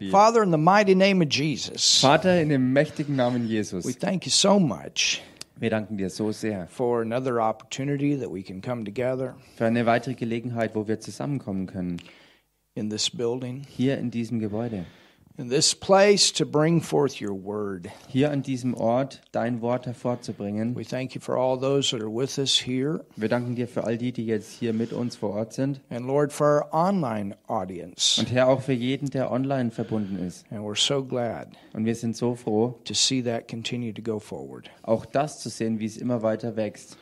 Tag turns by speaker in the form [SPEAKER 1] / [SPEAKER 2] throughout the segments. [SPEAKER 1] Spiel.
[SPEAKER 2] Father, in the mighty name of Jesus,
[SPEAKER 1] Vater, in dem mächtigen Namen
[SPEAKER 2] we
[SPEAKER 1] Jesus,
[SPEAKER 2] thank you so much
[SPEAKER 1] wir danken dir so sehr
[SPEAKER 2] for another opportunity that we can come together
[SPEAKER 1] für eine weitere Gelegenheit, wo wir zusammenkommen können,
[SPEAKER 2] in this building,
[SPEAKER 1] hier in diesem Gebäude,
[SPEAKER 2] in this place to bring forth your word.
[SPEAKER 1] hier an diesem Ort dein Wort hervorzubringen.
[SPEAKER 2] We thank you for all those that are with us here,
[SPEAKER 1] Wir danken dir für all die, die jetzt hier mit uns vor Ort sind
[SPEAKER 2] and Lord, for our online audience.
[SPEAKER 1] und Herr auch für jeden, der online verbunden ist.
[SPEAKER 2] And we're so glad
[SPEAKER 1] Und wir sind so froh,
[SPEAKER 2] to see that continue to go forward.
[SPEAKER 1] auch das zu sehen, wie es immer weiter wächst.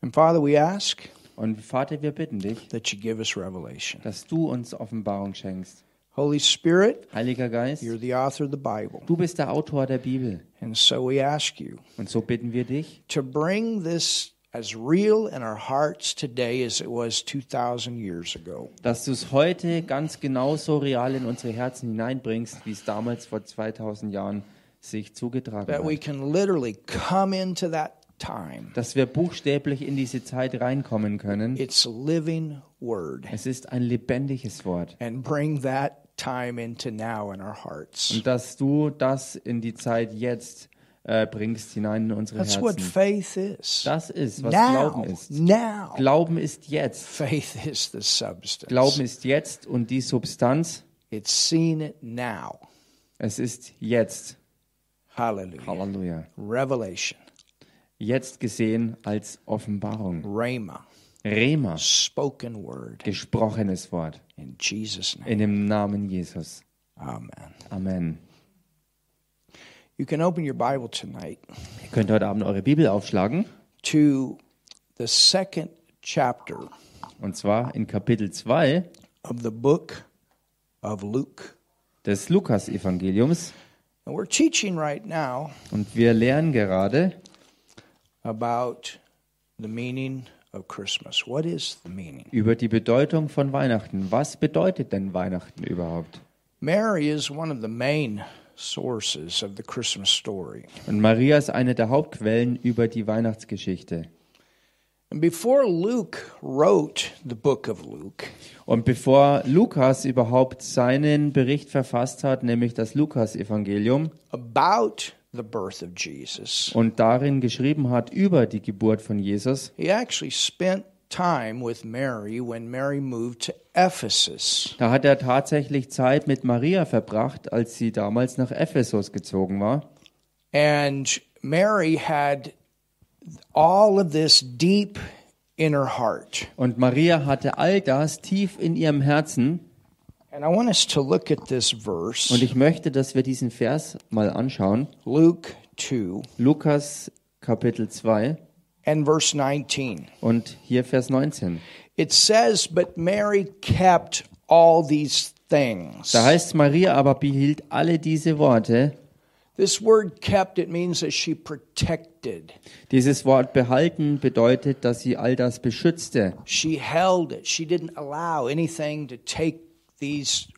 [SPEAKER 2] And Father, we ask
[SPEAKER 1] Und Vater, wir bitten dich,
[SPEAKER 2] that you give us revelation.
[SPEAKER 1] dass du uns Offenbarung schenkst.
[SPEAKER 2] Holy Spirit,
[SPEAKER 1] Heiliger Geist,
[SPEAKER 2] you're the author of the Bible.
[SPEAKER 1] du bist der Autor der Bibel.
[SPEAKER 2] And so we ask you
[SPEAKER 1] Und so bitten wir dich,
[SPEAKER 2] to bring this as real in our hearts today as it was 2,000 years ago.
[SPEAKER 1] dass du es heute ganz genauso real in unsere Herzen hineinbringst, wie es damals vor 2000 Jahren sich zugetragen
[SPEAKER 2] That we
[SPEAKER 1] hat.
[SPEAKER 2] can literally come into that time.
[SPEAKER 1] Dass wir buchstäblich in diese Zeit reinkommen können.
[SPEAKER 2] It's a living word.
[SPEAKER 1] Es ist ein lebendiges Wort.
[SPEAKER 2] And bring that time into now in our hearts.
[SPEAKER 1] Und dass du das in die Zeit jetzt äh, bringst hinein in unsere
[SPEAKER 2] That's what
[SPEAKER 1] Herzen.
[SPEAKER 2] faith is.
[SPEAKER 1] Das ist, was
[SPEAKER 2] Now,
[SPEAKER 1] Glauben ist.
[SPEAKER 2] now.
[SPEAKER 1] Glauben ist jetzt.
[SPEAKER 2] Faith is the substance.
[SPEAKER 1] Glauben ist jetzt und die Substanz,
[SPEAKER 2] It's seen it now.
[SPEAKER 1] es ist jetzt.
[SPEAKER 2] Hallelujah.
[SPEAKER 1] Halleluja.
[SPEAKER 2] Revelation,
[SPEAKER 1] Jetzt gesehen als Offenbarung.
[SPEAKER 2] Rhema,
[SPEAKER 1] Rema,
[SPEAKER 2] spoken word
[SPEAKER 1] gesprochenes Wort.
[SPEAKER 2] in Jesus' name.
[SPEAKER 1] In dem Namen Jesus.
[SPEAKER 2] Amen.
[SPEAKER 1] Amen.
[SPEAKER 2] You can open your Bible tonight
[SPEAKER 1] Ihr könnt heute Abend eure Bibel aufschlagen.
[SPEAKER 2] to the second chapter
[SPEAKER 1] Und zwar in Kapitel 2
[SPEAKER 2] of the book of Luke.
[SPEAKER 1] des Lukas-Evangeliums.
[SPEAKER 2] And we're teaching right now
[SPEAKER 1] Und wir lernen gerade,
[SPEAKER 2] about the meaning of Christmas. What is the meaning?
[SPEAKER 1] über die Bedeutung von Weihnachten. Was bedeutet denn Weihnachten überhaupt?
[SPEAKER 2] Mary is one of the main sources of the Christmas story.
[SPEAKER 1] Und Maria ist eine der Hauptquellen über die Weihnachtsgeschichte.
[SPEAKER 2] And before Luke wrote the book of Luke,
[SPEAKER 1] Und bevor Lukas überhaupt seinen Bericht verfasst hat, nämlich das Lukas-Evangelium,
[SPEAKER 2] about the birth of Jesus,
[SPEAKER 1] und darin geschrieben hat über die Geburt von Jesus,
[SPEAKER 2] he actually spent time with Mary when Mary moved to Ephesus.
[SPEAKER 1] da hat er tatsächlich Zeit mit Maria verbracht, als sie damals nach Ephesus gezogen war.
[SPEAKER 2] And Mary had all of this deep in her heart.
[SPEAKER 1] Und Maria hatte all das tief in ihrem Herzen.
[SPEAKER 2] And I want us to look at this
[SPEAKER 1] Und
[SPEAKER 2] verse,
[SPEAKER 1] ich möchte, dass wir diesen Vers mal anschauen.
[SPEAKER 2] Luke 2
[SPEAKER 1] Lukas Kapitel 2
[SPEAKER 2] and verse 19.
[SPEAKER 1] und hier Vers 19.
[SPEAKER 2] It says, But Mary kept all these things.
[SPEAKER 1] Da heißt Maria aber behielt alle diese Worte.
[SPEAKER 2] This word kept, it means that she protected.
[SPEAKER 1] Dieses Wort behalten bedeutet, dass sie all das beschützte.
[SPEAKER 2] She held it. She didn't allow anything to take these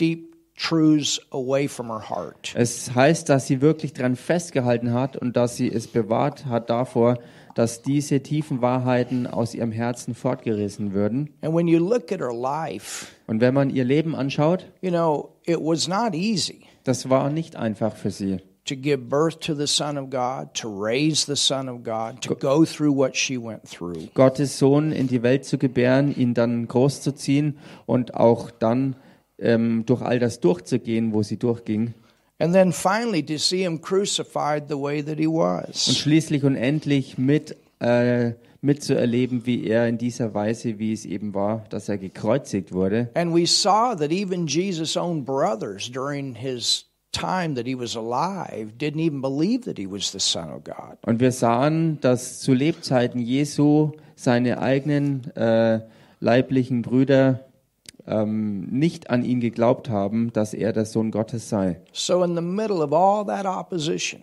[SPEAKER 2] deep truths away from her heart.
[SPEAKER 1] Es heißt, dass sie wirklich dran festgehalten hat und dass sie es bewahrt hat davor, dass diese tiefen Wahrheiten aus ihrem Herzen fortgerissen würden.
[SPEAKER 2] And when you look at her life,
[SPEAKER 1] Und wenn man ihr Leben anschaut,
[SPEAKER 2] you know, it was not easy
[SPEAKER 1] das war nicht einfach für sie.
[SPEAKER 2] to give birth to the Son of God, to raise the Son of God, to go through what she went through.
[SPEAKER 1] Gottes Sohn in die Welt zu gebären, ihn dann großzuziehen und auch dann ähm, durch all das durchzugehen, wo sie durchging.
[SPEAKER 2] And then finally to see him crucified the way that he
[SPEAKER 1] Und
[SPEAKER 2] was.
[SPEAKER 1] schließlich und endlich mit, äh, mitzuerleben, wie er in dieser Weise, wie es eben war, dass er gekreuzigt wurde.
[SPEAKER 2] And we saw that even Jesus' own brothers during his time that he was alive didn't even believe that he was the Son of God.
[SPEAKER 1] Und wir sahen, dass zu Lebzeiten Jesu seine eigenen äh, leiblichen Brüder ähm, nicht an ihn geglaubt haben, dass er der Sohn Gottes sei.
[SPEAKER 2] So, in the middle of all that opposition,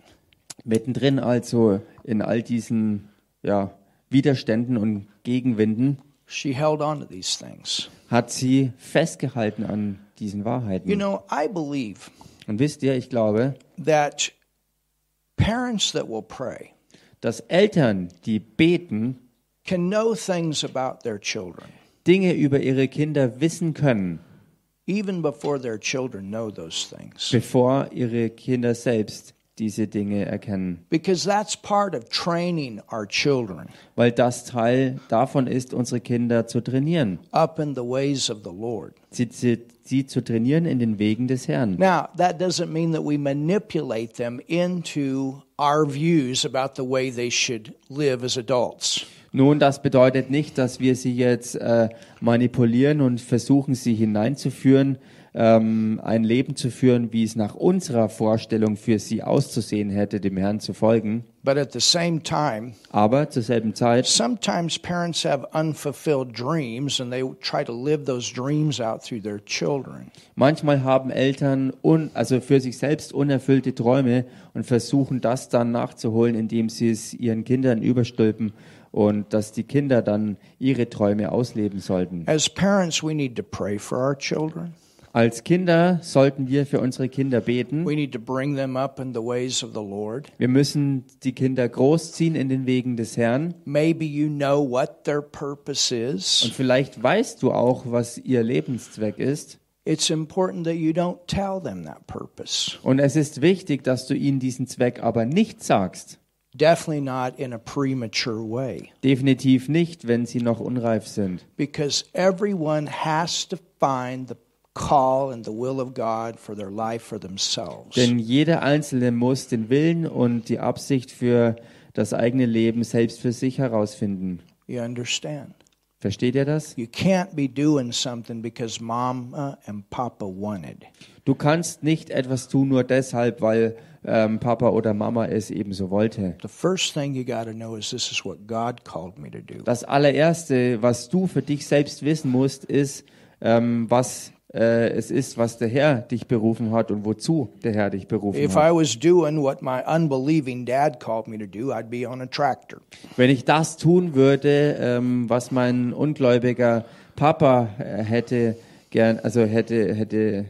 [SPEAKER 1] Mittendrin also in all diesen ja, Widerständen und Gegenwinden
[SPEAKER 2] she held on to these things.
[SPEAKER 1] hat sie festgehalten an diesen Wahrheiten.
[SPEAKER 2] You know, I believe
[SPEAKER 1] und wisst ihr, ich glaube,
[SPEAKER 2] that parents that will pray
[SPEAKER 1] dass Eltern, die beten,
[SPEAKER 2] can know things about their children
[SPEAKER 1] Dinge über ihre Kinder wissen können.
[SPEAKER 2] even before their children know those things.
[SPEAKER 1] bevor ihre Kinder selbst diese Dinge erkennen.
[SPEAKER 2] Because that's part of training our children
[SPEAKER 1] Weil das Teil davon ist, unsere Kinder zu trainieren.
[SPEAKER 2] up in the ways of the Lord.
[SPEAKER 1] Sie, sie, sie zu trainieren in den Wegen des Herrn.
[SPEAKER 2] Now, that doesn't mean that we manipulate them into our views about the way they should live as adults.
[SPEAKER 1] Nun, das bedeutet nicht, dass wir sie jetzt äh, manipulieren und versuchen, sie hineinzuführen, ähm, ein Leben zu führen, wie es nach unserer Vorstellung für sie auszusehen hätte, dem Herrn zu folgen.
[SPEAKER 2] But at the same time,
[SPEAKER 1] Aber zur selben Zeit
[SPEAKER 2] sometimes parents have unfulfilled dreams and they try to live those dreams out through their children.
[SPEAKER 1] Manchmal haben Eltern un, also für sich selbst unerfüllte Träume und versuchen das dann nachzuholen, indem sie es ihren Kindern überstülpen und dass die Kinder dann ihre Träume ausleben sollten.
[SPEAKER 2] As parents, we need to pray for our children.
[SPEAKER 1] Als Kinder sollten wir für unsere Kinder beten.
[SPEAKER 2] We need to bring them up in the ways of the Lord.
[SPEAKER 1] Wir müssen die Kinder großziehen in den Wegen des Herrn.
[SPEAKER 2] Maybe you know what their purpose
[SPEAKER 1] Und
[SPEAKER 2] is.
[SPEAKER 1] vielleicht weißt du auch, was ihr Lebenszweck ist.
[SPEAKER 2] It's important that you don't tell them that purpose.
[SPEAKER 1] Und es ist wichtig, dass du ihnen diesen Zweck aber nicht sagst.
[SPEAKER 2] Definitely not in a premature way.
[SPEAKER 1] Definitiv nicht, wenn sie noch unreif sind.
[SPEAKER 2] because everyone has to find the call and the will of God for their life for themselves.
[SPEAKER 1] Denn jeder Einzelne muss den Willen und die Absicht für das eigene Leben selbst für sich herausfinden.
[SPEAKER 2] you understand?
[SPEAKER 1] Versteht ihr das?
[SPEAKER 2] You can't be doing something because mama and papa wanted.
[SPEAKER 1] Du kannst nicht etwas tun nur deshalb, weil ähm, Papa oder Mama es ebenso wollte.
[SPEAKER 2] The first thing you got to know is this is what God called me to do.
[SPEAKER 1] Das allererste, was du für dich selbst wissen musst, ist, ähm, was äh, es ist, was der Herr dich berufen hat und wozu der Herr dich berufen
[SPEAKER 2] If
[SPEAKER 1] hat.
[SPEAKER 2] I was doing what my unbelieving dad called me to do, I'd be on a tractor.
[SPEAKER 1] Wenn ich das tun würde, ähm, was mein ungläubiger Papa äh, hätte gern, also hätte, hätte,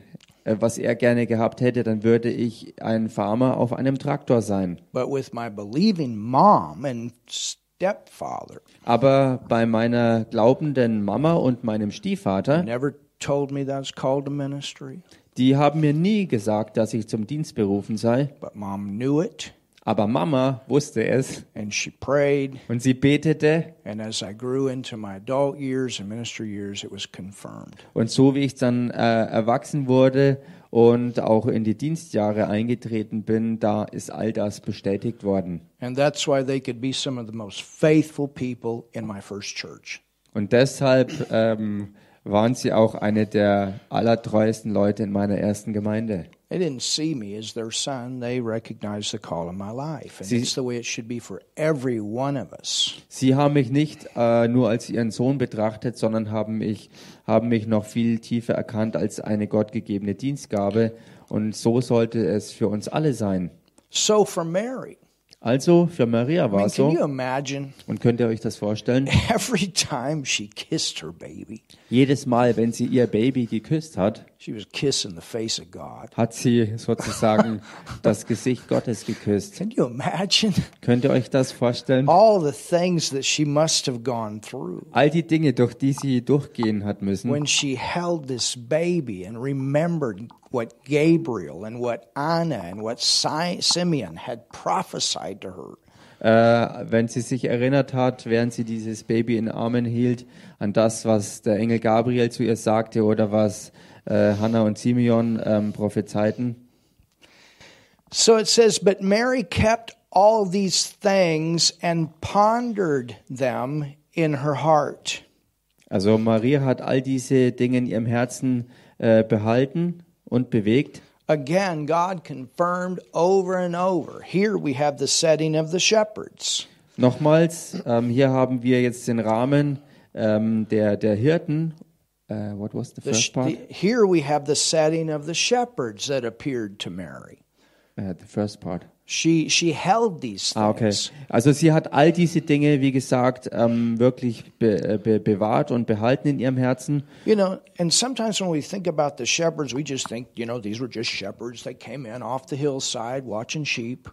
[SPEAKER 1] äh, was er gerne gehabt hätte, dann würde ich ein Farmer auf einem Traktor sein.
[SPEAKER 2] But with my believing mom and stepfather,
[SPEAKER 1] Aber bei meiner glaubenden Mama und meinem Stiefvater,
[SPEAKER 2] never told me that I was called to ministry,
[SPEAKER 1] die haben mir nie gesagt, dass ich zum Dienst berufen sei.
[SPEAKER 2] but mom knew it
[SPEAKER 1] Aber Mama wusste es
[SPEAKER 2] and she prayed
[SPEAKER 1] und sie betete.
[SPEAKER 2] And as I grew into my adult years and ministry years, it was confirmed.
[SPEAKER 1] Und so wie ich dann äh, erwachsen wurde und auch in die Dienstjahre eingetreten bin, da ist all das bestätigt worden.
[SPEAKER 2] And that's why they could be some of the most faithful people in my first church.
[SPEAKER 1] Und deshalb ähm, waren sie auch eine der allertreuesten Leute in meiner ersten Gemeinde.
[SPEAKER 2] They didn't see me as their son, they recognized the call of my life. And
[SPEAKER 1] See-
[SPEAKER 2] it's the way it should be for every one of us.
[SPEAKER 1] Sie haben mich nicht äh, nur als ihren Sohn betrachtet, sondern haben mich, haben mich noch viel tiefer erkannt als eine gottgegebene Dienstgabe. Und so sollte es für uns alle sein.
[SPEAKER 2] So for Mary,
[SPEAKER 1] Also für Maria
[SPEAKER 2] I
[SPEAKER 1] war
[SPEAKER 2] mean,
[SPEAKER 1] es
[SPEAKER 2] can you
[SPEAKER 1] so.
[SPEAKER 2] imagine
[SPEAKER 1] Und könnt ihr euch das vorstellen?
[SPEAKER 2] every time she kissed her baby,
[SPEAKER 1] Jedes Mal, wenn sie ihr Baby geküsst hat,
[SPEAKER 2] she was kissing the face of God?
[SPEAKER 1] hat sie sozusagen das Gesicht Gottes geküsst.
[SPEAKER 2] Can you imagine
[SPEAKER 1] Könnt ihr euch das vorstellen?
[SPEAKER 2] all the things that she must have gone through?
[SPEAKER 1] All die Dinge, durch die sie durchgehen hat müssen,
[SPEAKER 2] when she held this baby and remembered what Gabriel and what Anna and what Si- Simeon had prophesied to her.
[SPEAKER 1] äh, wenn sie sich erinnert hat, während sie dieses Baby in Armen hielt, an das, was der Engel Gabriel zu ihr sagte oder was äh, Hannah und Simeon ähm, prophezeiten.
[SPEAKER 2] So it says, But Mary kept all these things and pondered them in her heart.
[SPEAKER 1] Also Maria hat all diese Dinge in ihrem Herzen äh, behalten und bewegt.
[SPEAKER 2] Again, God confirmed over and over. Here we have the setting of the shepherds.
[SPEAKER 1] Nochmals, ähm, hier haben wir jetzt den Rahmen ähm, der, der Hirten. Äh, what was the
[SPEAKER 2] The sh-
[SPEAKER 1] first part?
[SPEAKER 2] the- here we have the setting of the shepherds that appeared to Mary.
[SPEAKER 1] Äh, the first part.
[SPEAKER 2] She she held these things.
[SPEAKER 1] Ah, okay. Also sie hat all diese Dinge, wie gesagt, ähm, wirklich be äh, be bewahrt und behalten in ihrem Herzen.
[SPEAKER 2] You know, and sometimes when we think about the shepherds, we just think, you know, these were just shepherds. They came in off the hillside watching sheep.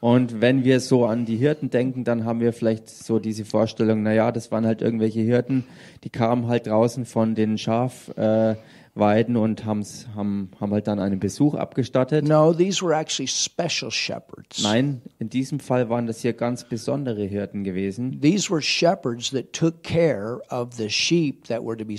[SPEAKER 1] Und wenn wir so an die Hirten denken, dann haben wir vielleicht so diese Vorstellung, naja, das waren halt irgendwelche Hirten, die kamen halt draußen von den Schafweiden äh, weiden und haben's, haben, haben halt dann einen Besuch abgestattet.
[SPEAKER 2] No, these were actually special shepherds.
[SPEAKER 1] Nein, in diesem Fall waren das hier ganz besondere Hirten gewesen.
[SPEAKER 2] These were shepherds that took care of the sheep that were to be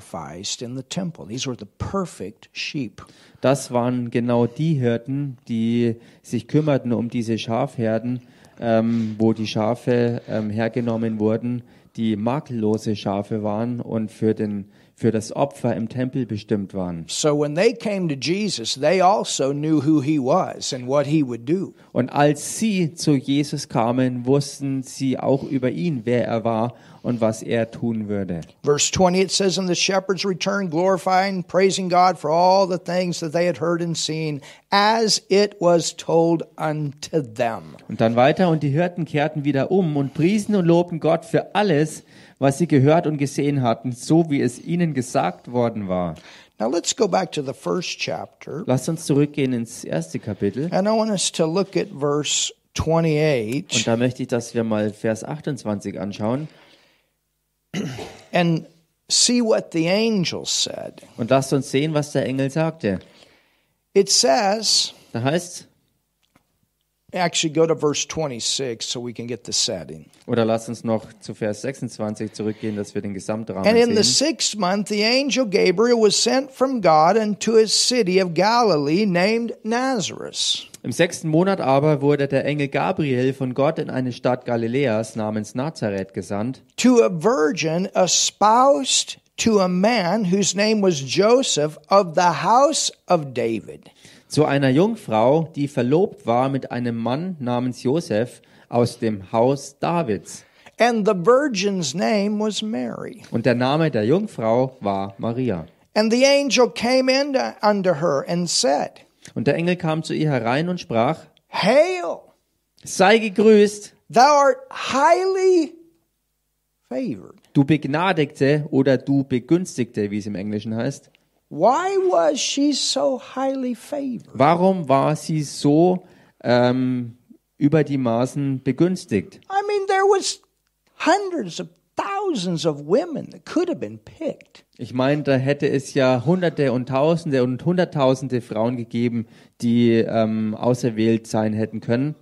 [SPEAKER 2] sacrificed in the temple. These were the perfect sheep.
[SPEAKER 1] Das waren genau die Hirten, die sich kümmerten um diese Schafherden, ähm, wo die Schafe ähm, hergenommen wurden, die makellose Schafe waren und für, den, für das Opfer im Tempel bestimmt waren.
[SPEAKER 2] So when they came to Jesus, they also knew who he was and what he would do.
[SPEAKER 1] Und als sie zu Jesus kamen, wussten sie auch über ihn, wer er war und was er tun würde.
[SPEAKER 2] Verse 20 it says, And the shepherds returned, glorifying, praising God for all the things that they had heard and seen, as it was told unto them.
[SPEAKER 1] Und dann weiter, und die Hirten kehrten wieder um und priesen und lobten Gott für alles, was sie gehört und gesehen hatten, so wie es ihnen gesagt worden war.
[SPEAKER 2] Now let's go back to the first chapter,
[SPEAKER 1] Lasst uns zurückgehen ins erste Kapitel.
[SPEAKER 2] and I want us to look at verse 28.
[SPEAKER 1] Und da möchte ich, dass wir mal Vers 28 anschauen.
[SPEAKER 2] and see what the angel said.
[SPEAKER 1] Und lasst uns sehen, was der Engel sagte.
[SPEAKER 2] It says,
[SPEAKER 1] Da heißt
[SPEAKER 2] actually, go to verse 26 so we can get the setting.
[SPEAKER 1] oder lasst uns noch zu Vers 26 zurückgehen, dass wir den Gesamtrahmen
[SPEAKER 2] And in the
[SPEAKER 1] sehen.
[SPEAKER 2] sixth month, the angel Gabriel was sent from God unto his city of Galilee named Nazareth
[SPEAKER 1] Im sechsten Monat aber wurde der Engel Gabriel von Gott in eine Stadt Galiläas namens Nazareth gesandt,
[SPEAKER 2] to a virgin espoused to a man whose name was Joseph of the house of David.
[SPEAKER 1] zu einer Jungfrau, die verlobt war mit einem Mann namens Josef aus dem Haus Davids.
[SPEAKER 2] And the virgin's name was Mary.
[SPEAKER 1] Und der Name der Jungfrau war Maria.
[SPEAKER 2] And the angel came in to- unto her and said,
[SPEAKER 1] Und der Engel kam zu ihr herein und sprach,
[SPEAKER 2] Hail!
[SPEAKER 1] sei gegrüßt,
[SPEAKER 2] Thou art highly favored.
[SPEAKER 1] du Begnadigte oder du Begünstigte, wie es im Englischen heißt.
[SPEAKER 2] Why was she so highly favored?
[SPEAKER 1] Warum war sie so ähm, über die Maßen begünstigt?
[SPEAKER 2] I mean, there was hundreds of thousands of women that could have been picked.
[SPEAKER 1] Ich meine, da hätte es ja Hunderte und Tausende und Hunderttausende Frauen gegeben, die ähm, auserwählt sein hätten können.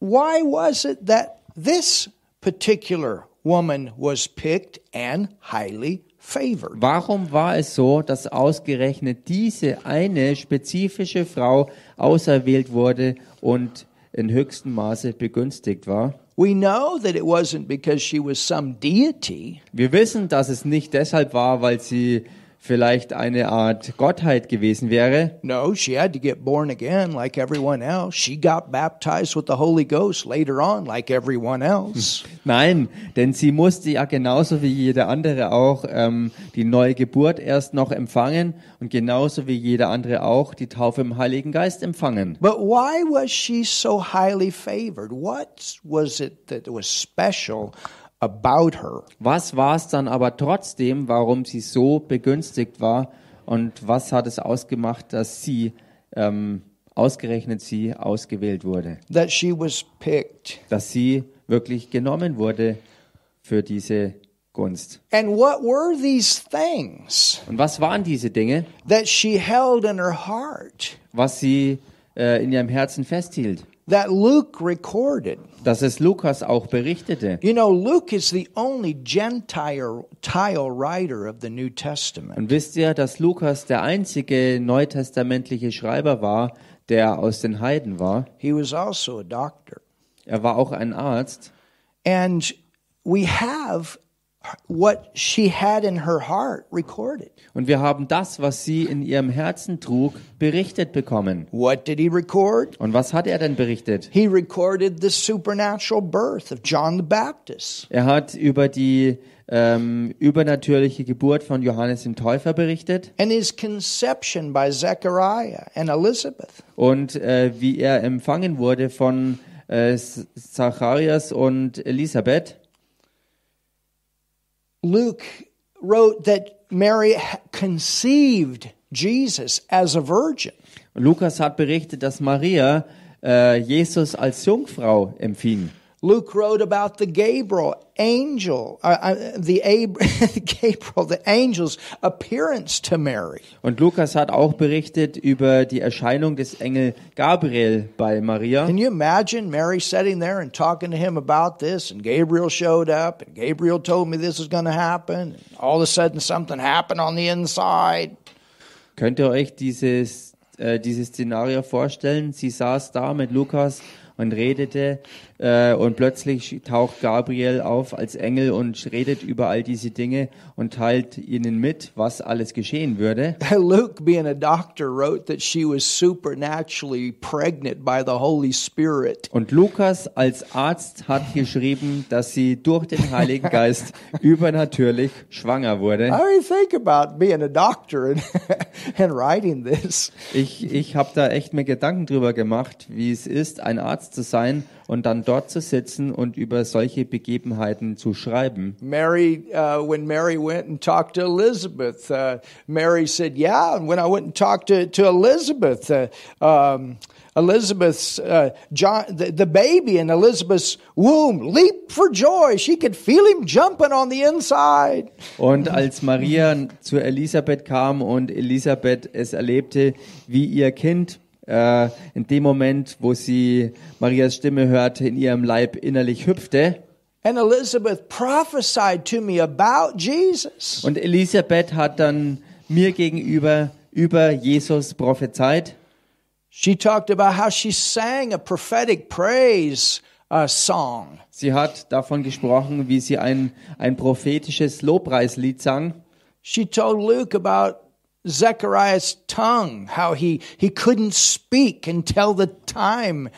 [SPEAKER 2] Why was it that this particular woman was picked and highly favored?
[SPEAKER 1] Warum war es so, dass ausgerechnet diese eine spezifische Frau auserwählt wurde und in höchstem Maße begünstigt war?
[SPEAKER 2] We know that it wasn't because she was some deity.
[SPEAKER 1] Wir wissen, dass es nicht deshalb war, weil sie vielleicht eine Art Gottheit gewesen wäre.
[SPEAKER 2] No, she had to get born again like everyone else. She got baptized with the Holy Ghost later on like everyone else.
[SPEAKER 1] Nein, denn sie musste ja genauso wie jeder andere auch ähm, die neue Geburt erst noch empfangen und genauso wie jeder andere auch die Taufe im Heiligen Geist empfangen.
[SPEAKER 2] But why was she so highly favored? What was it that was special about her?
[SPEAKER 1] Was war es dann aber trotzdem, warum sie so begünstigt war und was hat es ausgemacht, dass sie, ähm, ausgerechnet sie, ausgewählt wurde?
[SPEAKER 2] That she was picked.
[SPEAKER 1] Dass sie wirklich genommen wurde für diese Gunst.
[SPEAKER 2] And what were these things
[SPEAKER 1] Und was waren diese Dinge,
[SPEAKER 2] that she held in her heart
[SPEAKER 1] was sie äh, in ihrem Herzen festhielt?
[SPEAKER 2] that Luke recorded?
[SPEAKER 1] Dass es Lukas auch berichtete.
[SPEAKER 2] You know, Luke is the only Gentile tile writer of the New Testament.
[SPEAKER 1] Und wisst ihr, dass Lukas der einzige neutestamentliche Schreiber war, der aus den Heiden war?
[SPEAKER 2] He was also a doctor.
[SPEAKER 1] Er war auch ein Arzt.
[SPEAKER 2] And we have what she had in her heart recorded.
[SPEAKER 1] Und wir haben das, was sie in ihrem Herzen trug, berichtet bekommen.
[SPEAKER 2] What did he record?
[SPEAKER 1] Und was hat er denn berichtet?
[SPEAKER 2] He recorded the supernatural birth of John the Baptist.
[SPEAKER 1] Er hat über die ähm, übernatürliche Geburt von Johannes dem Täufer berichtet
[SPEAKER 2] And his conception by Zechariah and Elizabeth.
[SPEAKER 1] und äh, wie er empfangen wurde von äh, S- Zacharias und Elisabeth.
[SPEAKER 2] Luke wrote that Mary ha- conceived Jesus as a virgin.
[SPEAKER 1] Und Lukas hat berichtet, dass Maria äh, Jesus als Jungfrau empfing.
[SPEAKER 2] Luke wrote about the Gabriel angel, uh, uh, the Ab- Gabriel, the angel's appearance to Mary.
[SPEAKER 1] Und Lukas hat auch berichtet über die Erscheinung des Engel Gabriel bei Maria.
[SPEAKER 2] Can you imagine Mary sitting there and talking to him about this? And Gabriel showed up, and Gabriel told me this is going to happen. And all of a sudden, something happened on the inside.
[SPEAKER 1] Könnt ihr euch dieses, äh, dieses Szenario vorstellen? Sie saß da mit Lukas und redete äh, und plötzlich taucht Gabriel auf als Engel und redet über all diese Dinge und teilt ihnen mit, was alles geschehen würde.
[SPEAKER 2] Luke, being a doctor, wrote that she was supernaturally pregnant by the Holy Spirit.
[SPEAKER 1] Und Lukas als Arzt hat geschrieben, dass sie durch den Heiligen Geist übernatürlich schwanger
[SPEAKER 2] I
[SPEAKER 1] wurde.
[SPEAKER 2] mean, think about being a doctor and, and writing this.
[SPEAKER 1] Ich, ich habe da echt mir Gedanken drüber gemacht, wie es ist, ein Arzt zu sein und dann dort zu sitzen und über solche Begebenheiten zu schreiben.
[SPEAKER 2] Mary, uh, when Mary went and talked to Elizabeth, uh, Mary said, "Yeah." And when I went and talked to to Elizabeth, uh, um, Elizabeth's uh, John, the, the baby in Elizabeth's womb leaped for joy. She could feel him jumping on the inside.
[SPEAKER 1] Und als Maria zu Elisabeth kam und Elisabeth es erlebte, wie ihr Kind äh, in dem Moment, wo sie Marias Stimme hörte, in ihrem Leib innerlich hüpfte.
[SPEAKER 2] And Elizabeth prophesied to me about Jesus.
[SPEAKER 1] Und Elisabeth hat dann mir gegenüber über Jesus prophezeit.
[SPEAKER 2] She talked about how she sang a prophetic praise uh, song.
[SPEAKER 1] Sie hat davon gesprochen, wie sie ein, ein prophetisches Lobpreislied sang.
[SPEAKER 2] She told Luke about Zechariah's tongue, how he, he couldn't speak until the time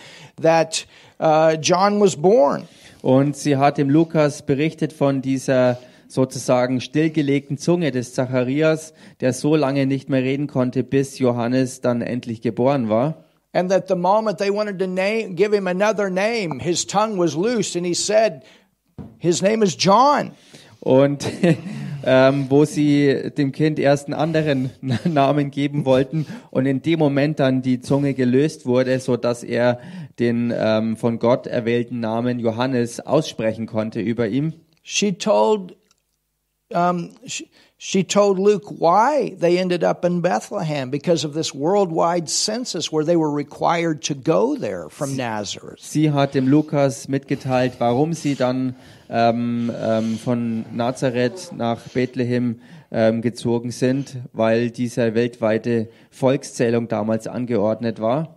[SPEAKER 2] that uh, John was born.
[SPEAKER 1] Und sie hat dem Lukas berichtet von dieser sozusagen stillgelegten Zunge des Zacharias, der so lange nicht mehr reden konnte, bis Johannes dann endlich geboren war.
[SPEAKER 2] And that the moment they wanted to name, give him another name, his tongue was loose, and he said, His name is John.
[SPEAKER 1] Und ähm, wo sie dem Kind erst einen anderen Namen geben wollten und in dem Moment dann die Zunge gelöst wurde, so dass er den ähm, von Gott erwählten Namen Johannes aussprechen konnte über ihm.
[SPEAKER 2] She told, um, she, she told Luke why they ended up in Bethlehem because of this worldwide census where they were required to go there from Nazareth.
[SPEAKER 1] Sie hat dem Lukas mitgeteilt, warum sie dann ähm, ähm, von Nazareth nach Bethlehem ähm, gezogen sind, weil diese weltweite Volkszählung damals angeordnet war.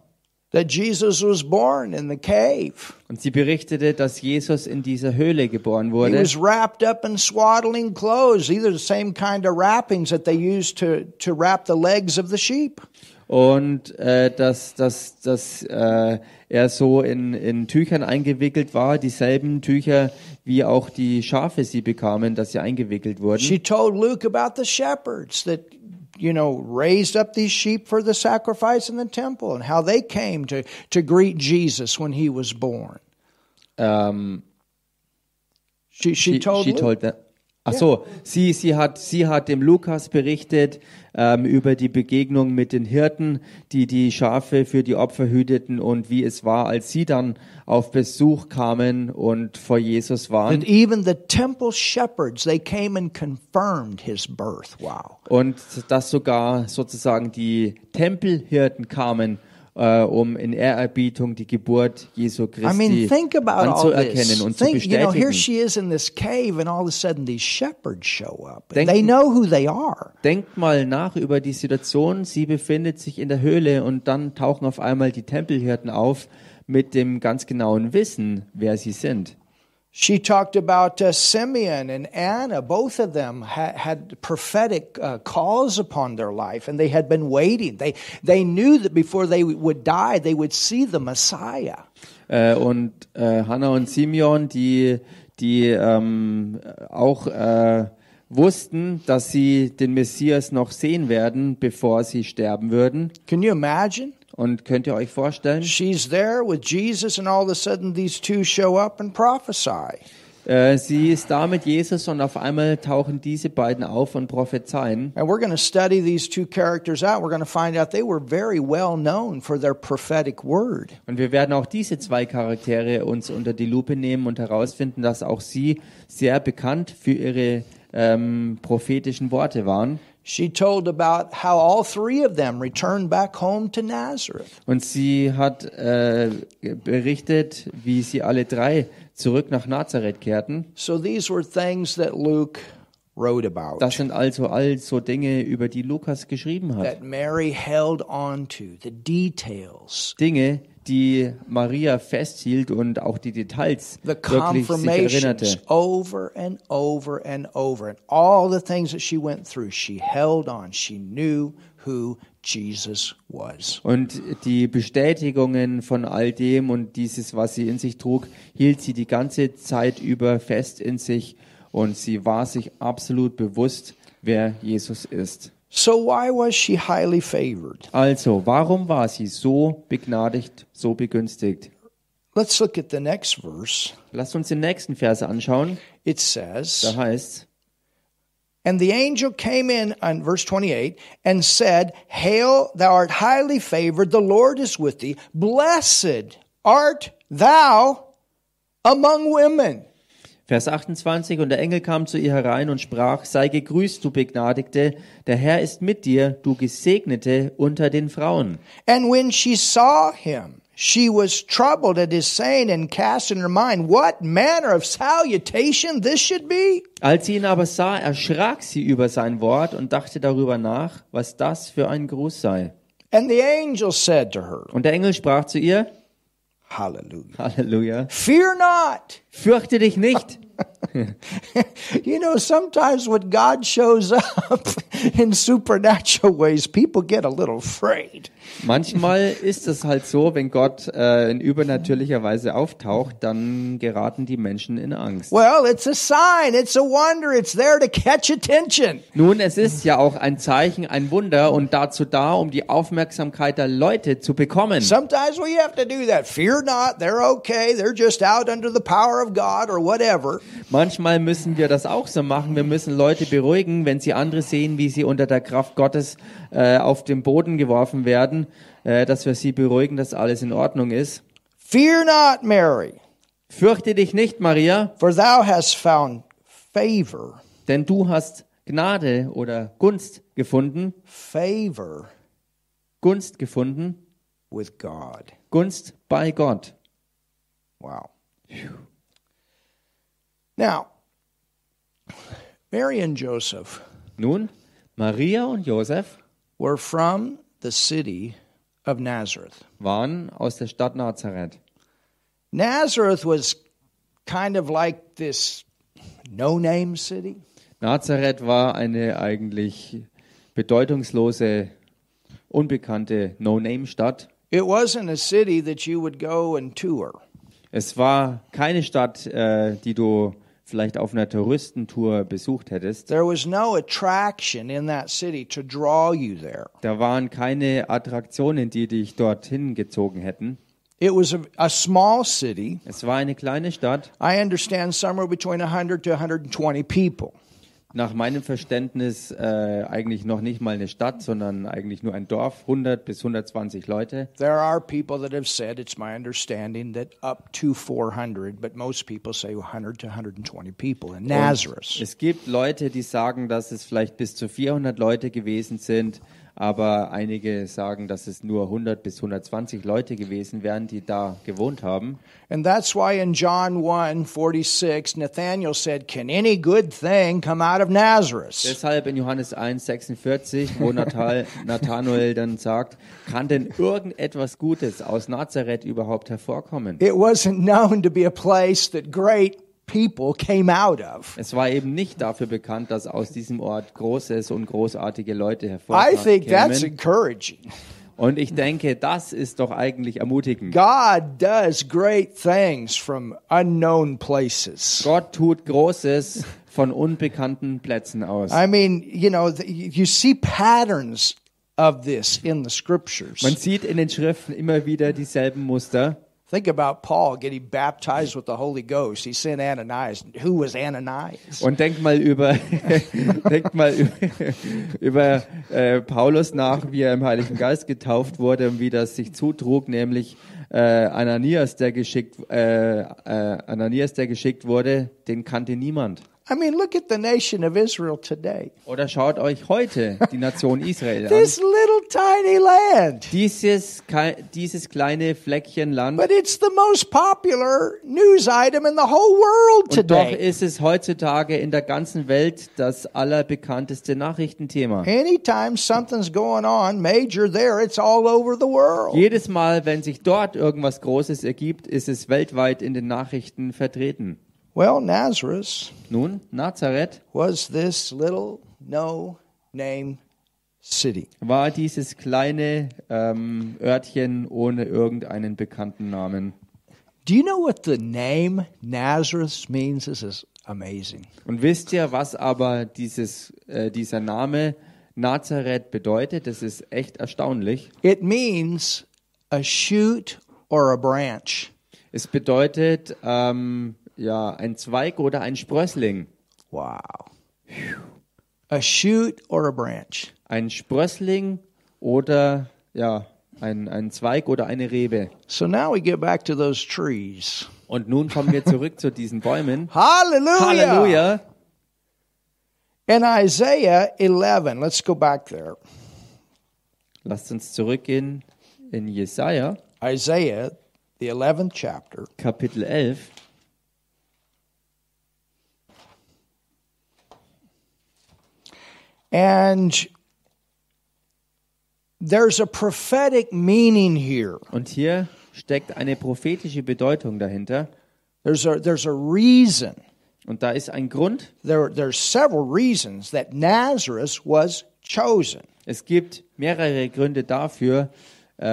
[SPEAKER 2] that Jesus was born in the cave.
[SPEAKER 1] Und sie berichtete, dass Jesus in dieser Höhle geboren
[SPEAKER 2] He
[SPEAKER 1] wurde.
[SPEAKER 2] was wrapped up in swaddling clothes, either the same kind of wrappings that they used to, to wrap the legs of the sheep.
[SPEAKER 1] Mm-hmm. Und äh, dass, dass, dass äh, er so in, in Tüchern eingewickelt war, dieselben Tücher, wie auch die Schafe sie bekamen, dass sie eingewickelt wurden.
[SPEAKER 2] She told Luke about the shepherds that, you know, raised up these sheep for the sacrifice in the temple and how they came to, to greet Jesus when he was born.
[SPEAKER 1] Ähm,
[SPEAKER 2] She, she,
[SPEAKER 1] She-
[SPEAKER 2] told
[SPEAKER 1] she
[SPEAKER 2] Luke.
[SPEAKER 1] told that. Ach so, sie, sie, hat, sie hat dem Lukas berichtet ähm, über die Begegnung mit den Hirten, die die Schafe für die Opfer hüteten und wie es war, als sie dann auf Besuch kamen und vor Jesus
[SPEAKER 2] that
[SPEAKER 1] waren.
[SPEAKER 2] even the temple shepherds, they came and confirmed his birth. Wow.
[SPEAKER 1] Und dass sogar sozusagen die Tempelhirten kamen, äh, um in Ehrerbietung die Geburt Jesu Christi
[SPEAKER 2] I mean, think about all this.
[SPEAKER 1] anzuerkennen und zu
[SPEAKER 2] Think, you know,
[SPEAKER 1] bestätigen.
[SPEAKER 2] here she is in this cave, and all of a sudden these shepherds show up.
[SPEAKER 1] Denk-
[SPEAKER 2] they know who they are.
[SPEAKER 1] Denkt mal nach über die Situation. Sie befindet sich in der Höhle und dann tauchen auf einmal die Tempelhirten auf mit dem ganz genauen Wissen, wer sie sind.
[SPEAKER 2] She talked about uh, Simeon and Anna. Both of them ha- had prophetic uh, calls upon their life, and they had been waiting. They they knew that before they would die, they would see the Messiah.
[SPEAKER 1] Äh, und äh, Hannah und Simeon, die, die ähm, auch äh, wussten, dass sie den Messias noch sehen werden, bevor sie sterben würden.
[SPEAKER 2] Can you imagine?
[SPEAKER 1] Und könnt ihr euch vorstellen,
[SPEAKER 2] She's there with Jesus, and all of a sudden these two show up and prophesy.
[SPEAKER 1] Äh, sie ist da mit Jesus und auf einmal tauchen diese beiden auf und prophezeien.
[SPEAKER 2] And we're going to study these two characters out. We're going to find out they were very well known for their prophetic word.
[SPEAKER 1] Und wir werden auch diese zwei Charaktere uns unter die Lupe nehmen und herausfinden, dass auch sie sehr bekannt für ihre ähm, prophetischen Worte waren.
[SPEAKER 2] She told about how all three of them returned back home to Nazareth.
[SPEAKER 1] Und sie hat äh, berichtet, wie sie alle drei zurück nach Nazareth kehrten.
[SPEAKER 2] So these were things that Luke wrote about,
[SPEAKER 1] Das sind also all so Dinge, über die Lukas geschrieben hat.
[SPEAKER 2] that Mary held on to, the details,
[SPEAKER 1] Dinge, die Maria festhielt und auch die Details
[SPEAKER 2] the
[SPEAKER 1] wirklich sich
[SPEAKER 2] confirmations
[SPEAKER 1] erinnerte.
[SPEAKER 2] over and over and over, and all the things that she went through. She held on. She knew who Jesus was.
[SPEAKER 1] Und die Bestätigungen von all dem und dieses, was sie in sich trug, hielt sie die ganze Zeit über fest in sich und sie war sich absolut bewusst, wer Jesus ist.
[SPEAKER 2] So why was she highly favored?
[SPEAKER 1] Also, warum war sie so begnadigt, so begünstigt?
[SPEAKER 2] Let's look at the next verse.
[SPEAKER 1] Lasst uns den nächsten Vers anschauen.
[SPEAKER 2] It says.
[SPEAKER 1] Da heißt
[SPEAKER 2] And the angel came in on verse 28 and said, Hail, thou art highly favored, the Lord is with thee. Blessed art thou among women.
[SPEAKER 1] Vers 28, und der Engel kam zu ihr herein und sprach, sei gegrüßt, du Begnadigte, der Herr ist mit dir, du Gesegnete unter den Frauen.
[SPEAKER 2] And when she saw him, she was troubled at his saying and cast in her mind what manner of salutation this should be.
[SPEAKER 1] Als sie ihn aber sah, erschrak sie über sein Wort und dachte darüber nach, was das für ein Gruß sei.
[SPEAKER 2] And the angel said to her,
[SPEAKER 1] Und der Engel sprach zu ihr,
[SPEAKER 2] Hallelujah.
[SPEAKER 1] Halleluja,
[SPEAKER 2] Fear not.
[SPEAKER 1] fürchte dich nicht.
[SPEAKER 2] you know, sometimes when God shows up in supernatural ways, people get a little afraid.
[SPEAKER 1] Manchmal ist es halt so, wenn Gott äh, in übernatürlicher Weise auftaucht, dann geraten die Menschen in Angst.
[SPEAKER 2] Well, it's a sign, it's a wonder, it's there to catch attention.
[SPEAKER 1] Nun, es ist ja auch ein Zeichen, ein Wunder und dazu da, um die Aufmerksamkeit der Leute zu bekommen.
[SPEAKER 2] Sometimes we have to do that. Fear not, they're okay, they're just out under the power of God or whatever.
[SPEAKER 1] Manchmal müssen wir das auch so machen. Wir müssen Leute beruhigen, wenn sie andere sehen, wie sie unter der Kraft Gottes äh, auf den Boden geworfen werden, äh, dass wir sie beruhigen, dass alles in Ordnung ist.
[SPEAKER 2] Fear not, Mary,
[SPEAKER 1] Fürchte dich nicht, Maria,
[SPEAKER 2] for thou hast found favor,
[SPEAKER 1] denn du hast Gnade oder Gunst gefunden,
[SPEAKER 2] favor
[SPEAKER 1] Gunst gefunden,
[SPEAKER 2] with God.
[SPEAKER 1] Gunst bei Gott.
[SPEAKER 2] Wow. Now, Mary and Joseph
[SPEAKER 1] Nun, Maria und Josef
[SPEAKER 2] were from the city of Nazareth.
[SPEAKER 1] waren aus der Stadt Nazareth.
[SPEAKER 2] Nazareth was kind of like this no name city.
[SPEAKER 1] Nazareth war eine eigentlich bedeutungslose, unbekannte No-Name-Stadt.
[SPEAKER 2] It wasn't a city that you would go and tour.
[SPEAKER 1] Es war keine Stadt, äh, die du vielleicht auf einer Touristentour besucht hättest.
[SPEAKER 2] There was no attraction in that city to draw you there.
[SPEAKER 1] Da waren keine Attraktionen, die dich dorthin gezogen hätten.
[SPEAKER 2] It was a, a small city.
[SPEAKER 1] Es war eine kleine Stadt,
[SPEAKER 2] I understand somewhere between 100 to 120 people.
[SPEAKER 1] nach meinem Verständnis äh, eigentlich noch nicht mal eine Stadt, sondern eigentlich nur ein Dorf, 100 bis 120 Leute.
[SPEAKER 2] There are people that have said, it's my understanding, that up to 400, but most people say 100 to 120 people in Nazareth.
[SPEAKER 1] Es gibt Leute, die sagen, dass es vielleicht bis zu 400 Leute gewesen sind, aber einige sagen, dass es nur 100 bis 120 Leute gewesen wären, die da gewohnt haben.
[SPEAKER 2] And that's why in John 1 46, Nathanael said, Can any good thing come out of Nazareth?
[SPEAKER 1] Deshalb in Johannes 1, 46, wo Nathal, Nathanael dann sagt, kann denn irgendetwas Gutes aus Nazareth überhaupt hervorkommen?
[SPEAKER 2] It wasn't known to be a place that great people came out of.
[SPEAKER 1] Es war eben nicht dafür bekannt, dass aus diesem Ort Großes und großartige Leute
[SPEAKER 2] I think that's
[SPEAKER 1] hervorkommen.
[SPEAKER 2] encouraging.
[SPEAKER 1] Und ich denke, das ist doch eigentlich ermutigend.
[SPEAKER 2] God does great things from unknown places.
[SPEAKER 1] Gott tut Großes von unbekannten Plätzen aus.
[SPEAKER 2] I mean, you know, th- you see patterns of this in the scriptures.
[SPEAKER 1] Man sieht in den Schriften immer wieder dieselben Muster.
[SPEAKER 2] Think about Paul getting baptized with the Holy Ghost. He sent Ananias. Who was Ananias?
[SPEAKER 1] Und denkt mal über, denkt mal über, über äh, Paulus nach, wie er im Heiligen Geist getauft wurde und wie das sich zutrug, nämlich äh, Ananias, der geschickt, äh, äh, Ananias, der geschickt wurde, den kannte niemand.
[SPEAKER 2] I mean, look at the nation of Israel today.
[SPEAKER 1] Oder schaut euch heute die Nation Israel an.
[SPEAKER 2] This little tiny land.
[SPEAKER 1] Dieses, kei- dieses kleine Fleckchen Land
[SPEAKER 2] But it's the most popular news item in the whole world
[SPEAKER 1] Und doch
[SPEAKER 2] today.
[SPEAKER 1] ist es heutzutage in der ganzen Welt das allerbekannteste Nachrichtenthema.
[SPEAKER 2] Anytime something's going on major there, it's all over the world.
[SPEAKER 1] Jedes Mal, wenn sich dort irgendwas Großes ergibt, ist es weltweit in den Nachrichten vertreten.
[SPEAKER 2] Well, Nazareth
[SPEAKER 1] Nun, Nazareth
[SPEAKER 2] was this little no name city.
[SPEAKER 1] war dieses kleine ähm, Örtchen ohne irgendeinen bekannten Namen.
[SPEAKER 2] Do you know what the name Nazareth means? This is amazing.
[SPEAKER 1] Und wisst ihr, was aber dieses, äh, dieser Name Nazareth bedeutet? Das ist echt erstaunlich.
[SPEAKER 2] It means a shoot or a branch.
[SPEAKER 1] Es bedeutet ähm, ja ein Zweig oder ein Sprössling.
[SPEAKER 2] Wow. A shoot or a branch.
[SPEAKER 1] ein Sprössling oder ja, ein, ein Zweig oder eine Rebe.
[SPEAKER 2] So now we get back to those trees.
[SPEAKER 1] Und nun kommen wir zurück zu diesen Bäumen.
[SPEAKER 2] Hallelujah.
[SPEAKER 1] Halleluja!
[SPEAKER 2] And Isaiah 11. Let's go back there.
[SPEAKER 1] Lasst uns zurückgehen in Jesaja,
[SPEAKER 2] Isaiah, the 11th chapter.
[SPEAKER 1] Kapitel 11.
[SPEAKER 2] And there's a prophetic meaning here.
[SPEAKER 1] Und hier steckt eine prophetische Bedeutung dahinter.
[SPEAKER 2] There's a, there's a reason.
[SPEAKER 1] Und da ist ein Grund.
[SPEAKER 2] There, there's several reasons that Nazareth was chosen.
[SPEAKER 1] Es gibt mehrere Gründe dafür, äh,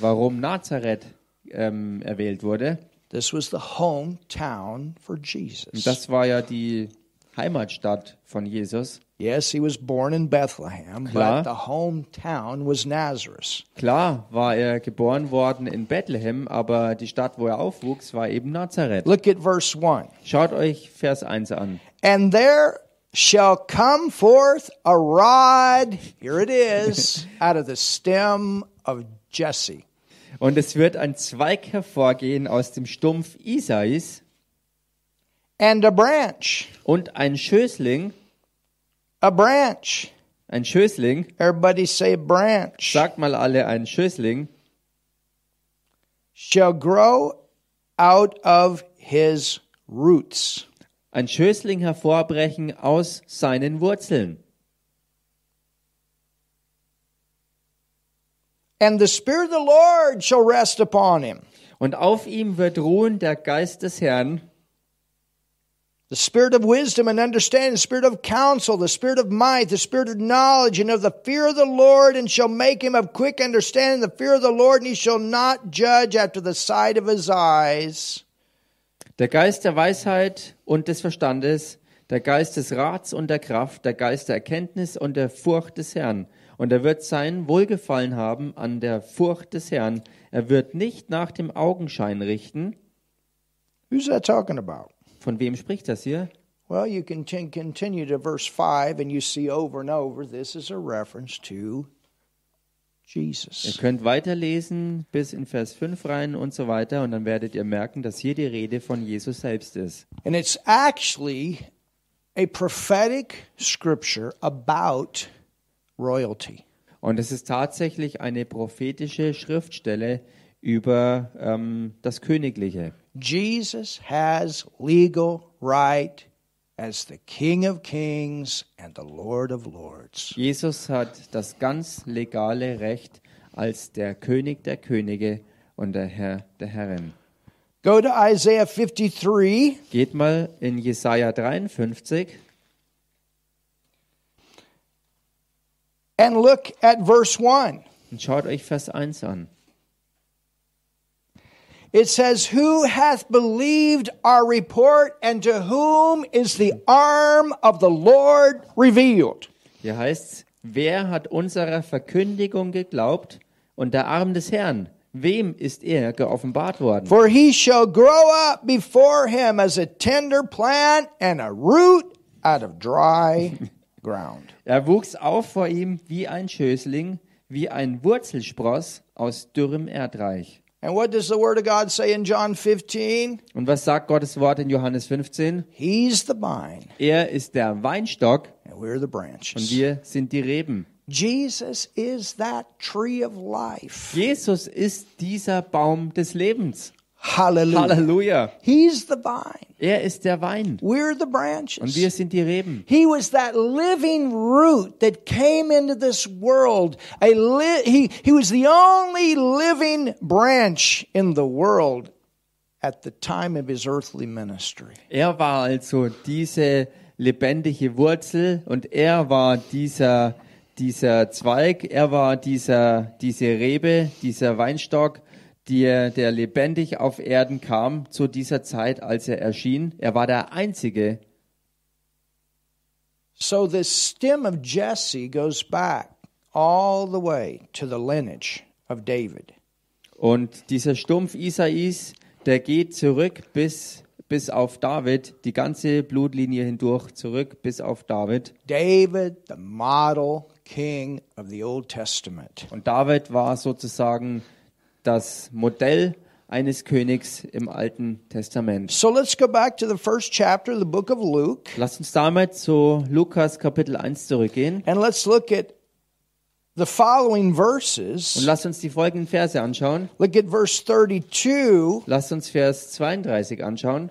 [SPEAKER 1] warum Nazareth ähm, erwählt wurde.
[SPEAKER 2] This was the hometown for Jesus.
[SPEAKER 1] Und das war ja die Heimatstadt von Jesus.
[SPEAKER 2] yes, he was born in Bethlehem,
[SPEAKER 1] Klar.
[SPEAKER 2] but the hometown was Nazareth.
[SPEAKER 1] Klar war er geboren worden in Bethlehem, aber die Stadt, wo er aufwuchs, war eben Nazareth.
[SPEAKER 2] Look at verse 1.
[SPEAKER 1] Schaut euch Vers 1 an.
[SPEAKER 2] And there shall come forth a rod, here it is, out of the stem of Jesse.
[SPEAKER 1] Und es wird ein Zweig hervorgehen aus dem Stumpf Isais
[SPEAKER 2] And a branch,
[SPEAKER 1] und ein Schößling,
[SPEAKER 2] a branch.
[SPEAKER 1] ein Schößling,
[SPEAKER 2] Everybody say branch.
[SPEAKER 1] sagt mal alle ein Schößling,
[SPEAKER 2] Shall grow out of his roots.
[SPEAKER 1] ein Schößling hervorbrechen aus seinen Wurzeln.
[SPEAKER 2] And the Spirit of the Lord shall rest upon him.
[SPEAKER 1] Und auf ihm wird ruhen der Geist des Herrn,
[SPEAKER 2] The spirit of wisdom and understanding, the spirit of counsel, the spirit of might, the spirit of knowledge, and of the fear of the Lord, and shall make him of quick understanding the fear of the Lord, and he shall not judge after the sight of his eyes.
[SPEAKER 1] Der Geist der Weisheit und des Verstandes, der Geist des Rats und der Kraft, der Geist der Erkenntnis und der Furcht des Herrn. Und er wird sein Wohlgefallen haben an der Furcht des Herrn. Er wird nicht nach dem Augenschein richten.
[SPEAKER 2] Who's that talking about?
[SPEAKER 1] Von wem spricht das hier?
[SPEAKER 2] Well, you can t- continue to verse 5, and you see over and over this is a reference to
[SPEAKER 1] Ihr
[SPEAKER 2] Jesus.
[SPEAKER 1] könnt weiterlesen bis in Vers 5 rein und so weiter. Und dann werdet ihr merken, dass hier die Rede von Jesus selbst ist.
[SPEAKER 2] And it's actually a prophetic scripture about royalty.
[SPEAKER 1] Und es ist tatsächlich eine prophetische Schriftstelle über ähm, das Königliche.
[SPEAKER 2] Jesus has legal right as the King of Kings and the Lord of Lords.
[SPEAKER 1] Jesus hat das ganz legale Recht als der König der Könige und der Herr der Herren.
[SPEAKER 2] Go to Isaiah 53
[SPEAKER 1] Geht mal in Jesaja 53
[SPEAKER 2] and look at verse 1.
[SPEAKER 1] und schaut euch Vers 1 an.
[SPEAKER 2] It says, Who hath believed our report, and to whom is the arm of the Lord revealed?
[SPEAKER 1] Hier heißt es, wer hat unserer Verkündigung geglaubt und der Arm des Herrn Wem ist er geoffenbart worden?
[SPEAKER 2] For he shall grow up before him as a tender plant and a root out of dry ground.
[SPEAKER 1] Er wuchs auf vor ihm wie ein Schößling, wie ein Wurzelspross aus dürrem Erdreich.
[SPEAKER 2] And what does the Word of God say in John 15?
[SPEAKER 1] Und was sagt Gottes Wort in Johannes 15?
[SPEAKER 2] He's the vine,
[SPEAKER 1] Er ist der Weinstock
[SPEAKER 2] and we're the
[SPEAKER 1] und
[SPEAKER 2] branches.
[SPEAKER 1] wir sind die Reben.
[SPEAKER 2] Jesus is that tree of life.
[SPEAKER 1] Jesus ist dieser Baum des Lebens.
[SPEAKER 2] Hallelujah.
[SPEAKER 1] Halleluja.
[SPEAKER 2] He's the vine,
[SPEAKER 1] Er ist der Wein
[SPEAKER 2] we're the
[SPEAKER 1] und
[SPEAKER 2] branches.
[SPEAKER 1] wir sind die Reben.
[SPEAKER 2] He was that living root that came into this world. A li- he, he was the only living branch in the world at the time of his earthly ministry.
[SPEAKER 1] Er war also diese lebendige Wurzel und er war dieser, dieser Zweig, er war dieser, diese Rebe, dieser Weinstock, der, der lebendig auf Erden kam zu dieser Zeit, als er erschien. Er war der Einzige.
[SPEAKER 2] So this stem of Jesse goes back all the way to the lineage of David.
[SPEAKER 1] Und dieser Stumpf Isais, der geht zurück bis, bis auf David, die ganze Blutlinie hindurch, zurück bis auf David.
[SPEAKER 2] David, the model king of the Old Testament.
[SPEAKER 1] Und David war sozusagen das Modell eines Königs im Alten Testament.
[SPEAKER 2] So let's go back to the first chapter of the book of Luke
[SPEAKER 1] Lasst uns damit zu Lukas Kapitel 1 zurückgehen
[SPEAKER 2] and let's look at the following
[SPEAKER 1] und
[SPEAKER 2] verses.
[SPEAKER 1] lasst uns die folgenden Verse anschauen.
[SPEAKER 2] Look at verse 32
[SPEAKER 1] Lasst uns Vers 32 anschauen.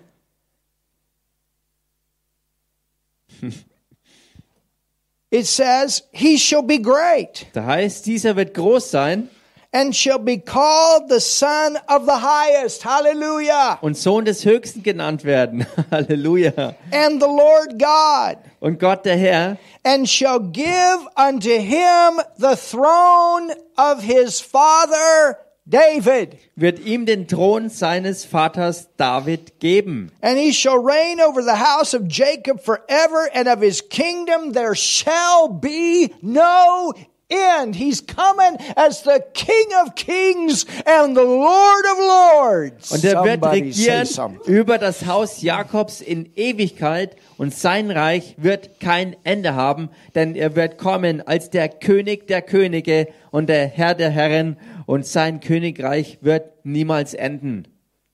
[SPEAKER 2] it says, He shall be great
[SPEAKER 1] Da heißt, dieser wird groß sein
[SPEAKER 2] and shall be called the Son of the Highest. Hallelujah.
[SPEAKER 1] und Sohn des Höchsten genannt werden. Halleluja.
[SPEAKER 2] And the Lord God
[SPEAKER 1] Und Gott der Herr
[SPEAKER 2] and shall give unto him the throne of his father David.
[SPEAKER 1] wird ihm den Thron seines Vaters David geben.
[SPEAKER 2] And he shall reign over the house of Jacob forever, and of his kingdom there shall be no end. He's coming as the King of kings and the Lord of lords.
[SPEAKER 1] Und er wird
[SPEAKER 2] Somebody say
[SPEAKER 1] regieren
[SPEAKER 2] something.
[SPEAKER 1] über das Haus Jakobs in Ewigkeit und sein Reich wird kein Ende haben, denn er wird kommen als der König der Könige und der Herr der Herren und sein Königreich wird niemals enden.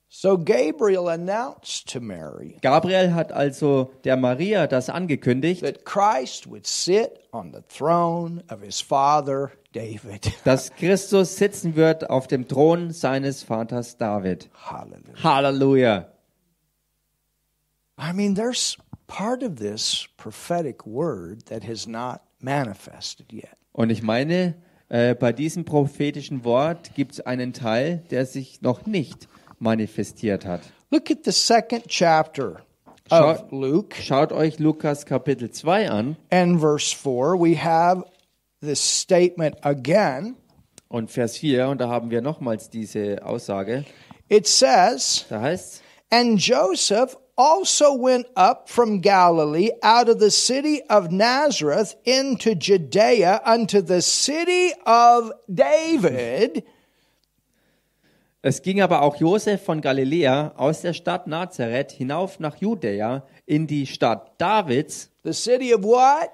[SPEAKER 2] So Gabriel announced to Mary
[SPEAKER 1] Gabriel hat also der Maria das angekündigt,
[SPEAKER 2] that Christ would sit on the throne of his father David.
[SPEAKER 1] dass Christus sitzen wird auf dem Thron seines Vaters David.
[SPEAKER 2] Hallelujah.
[SPEAKER 1] Halleluja.
[SPEAKER 2] I mean, there's part of this prophetic word that has not manifested yet.
[SPEAKER 1] Und ich meine, äh, bei diesem prophetischen Wort gibt es einen Teil, der sich noch nicht manifestiert hat.
[SPEAKER 2] Look at the second chapter
[SPEAKER 1] Schau-
[SPEAKER 2] of Luke
[SPEAKER 1] Schaut euch Lukas Kapitel 2 an
[SPEAKER 2] and verse 4. We have this statement again.
[SPEAKER 1] und Vers 4 und da haben wir nochmals diese Aussage.
[SPEAKER 2] It says,
[SPEAKER 1] Da heißt
[SPEAKER 2] And Joseph also went up from Galilee out of the city of Nazareth into Judea unto the city of David.
[SPEAKER 1] es ging aber auch Josef von Galiläa aus der Stadt Nazareth hinauf nach Judäa in die Stadt Davids.
[SPEAKER 2] The city of what?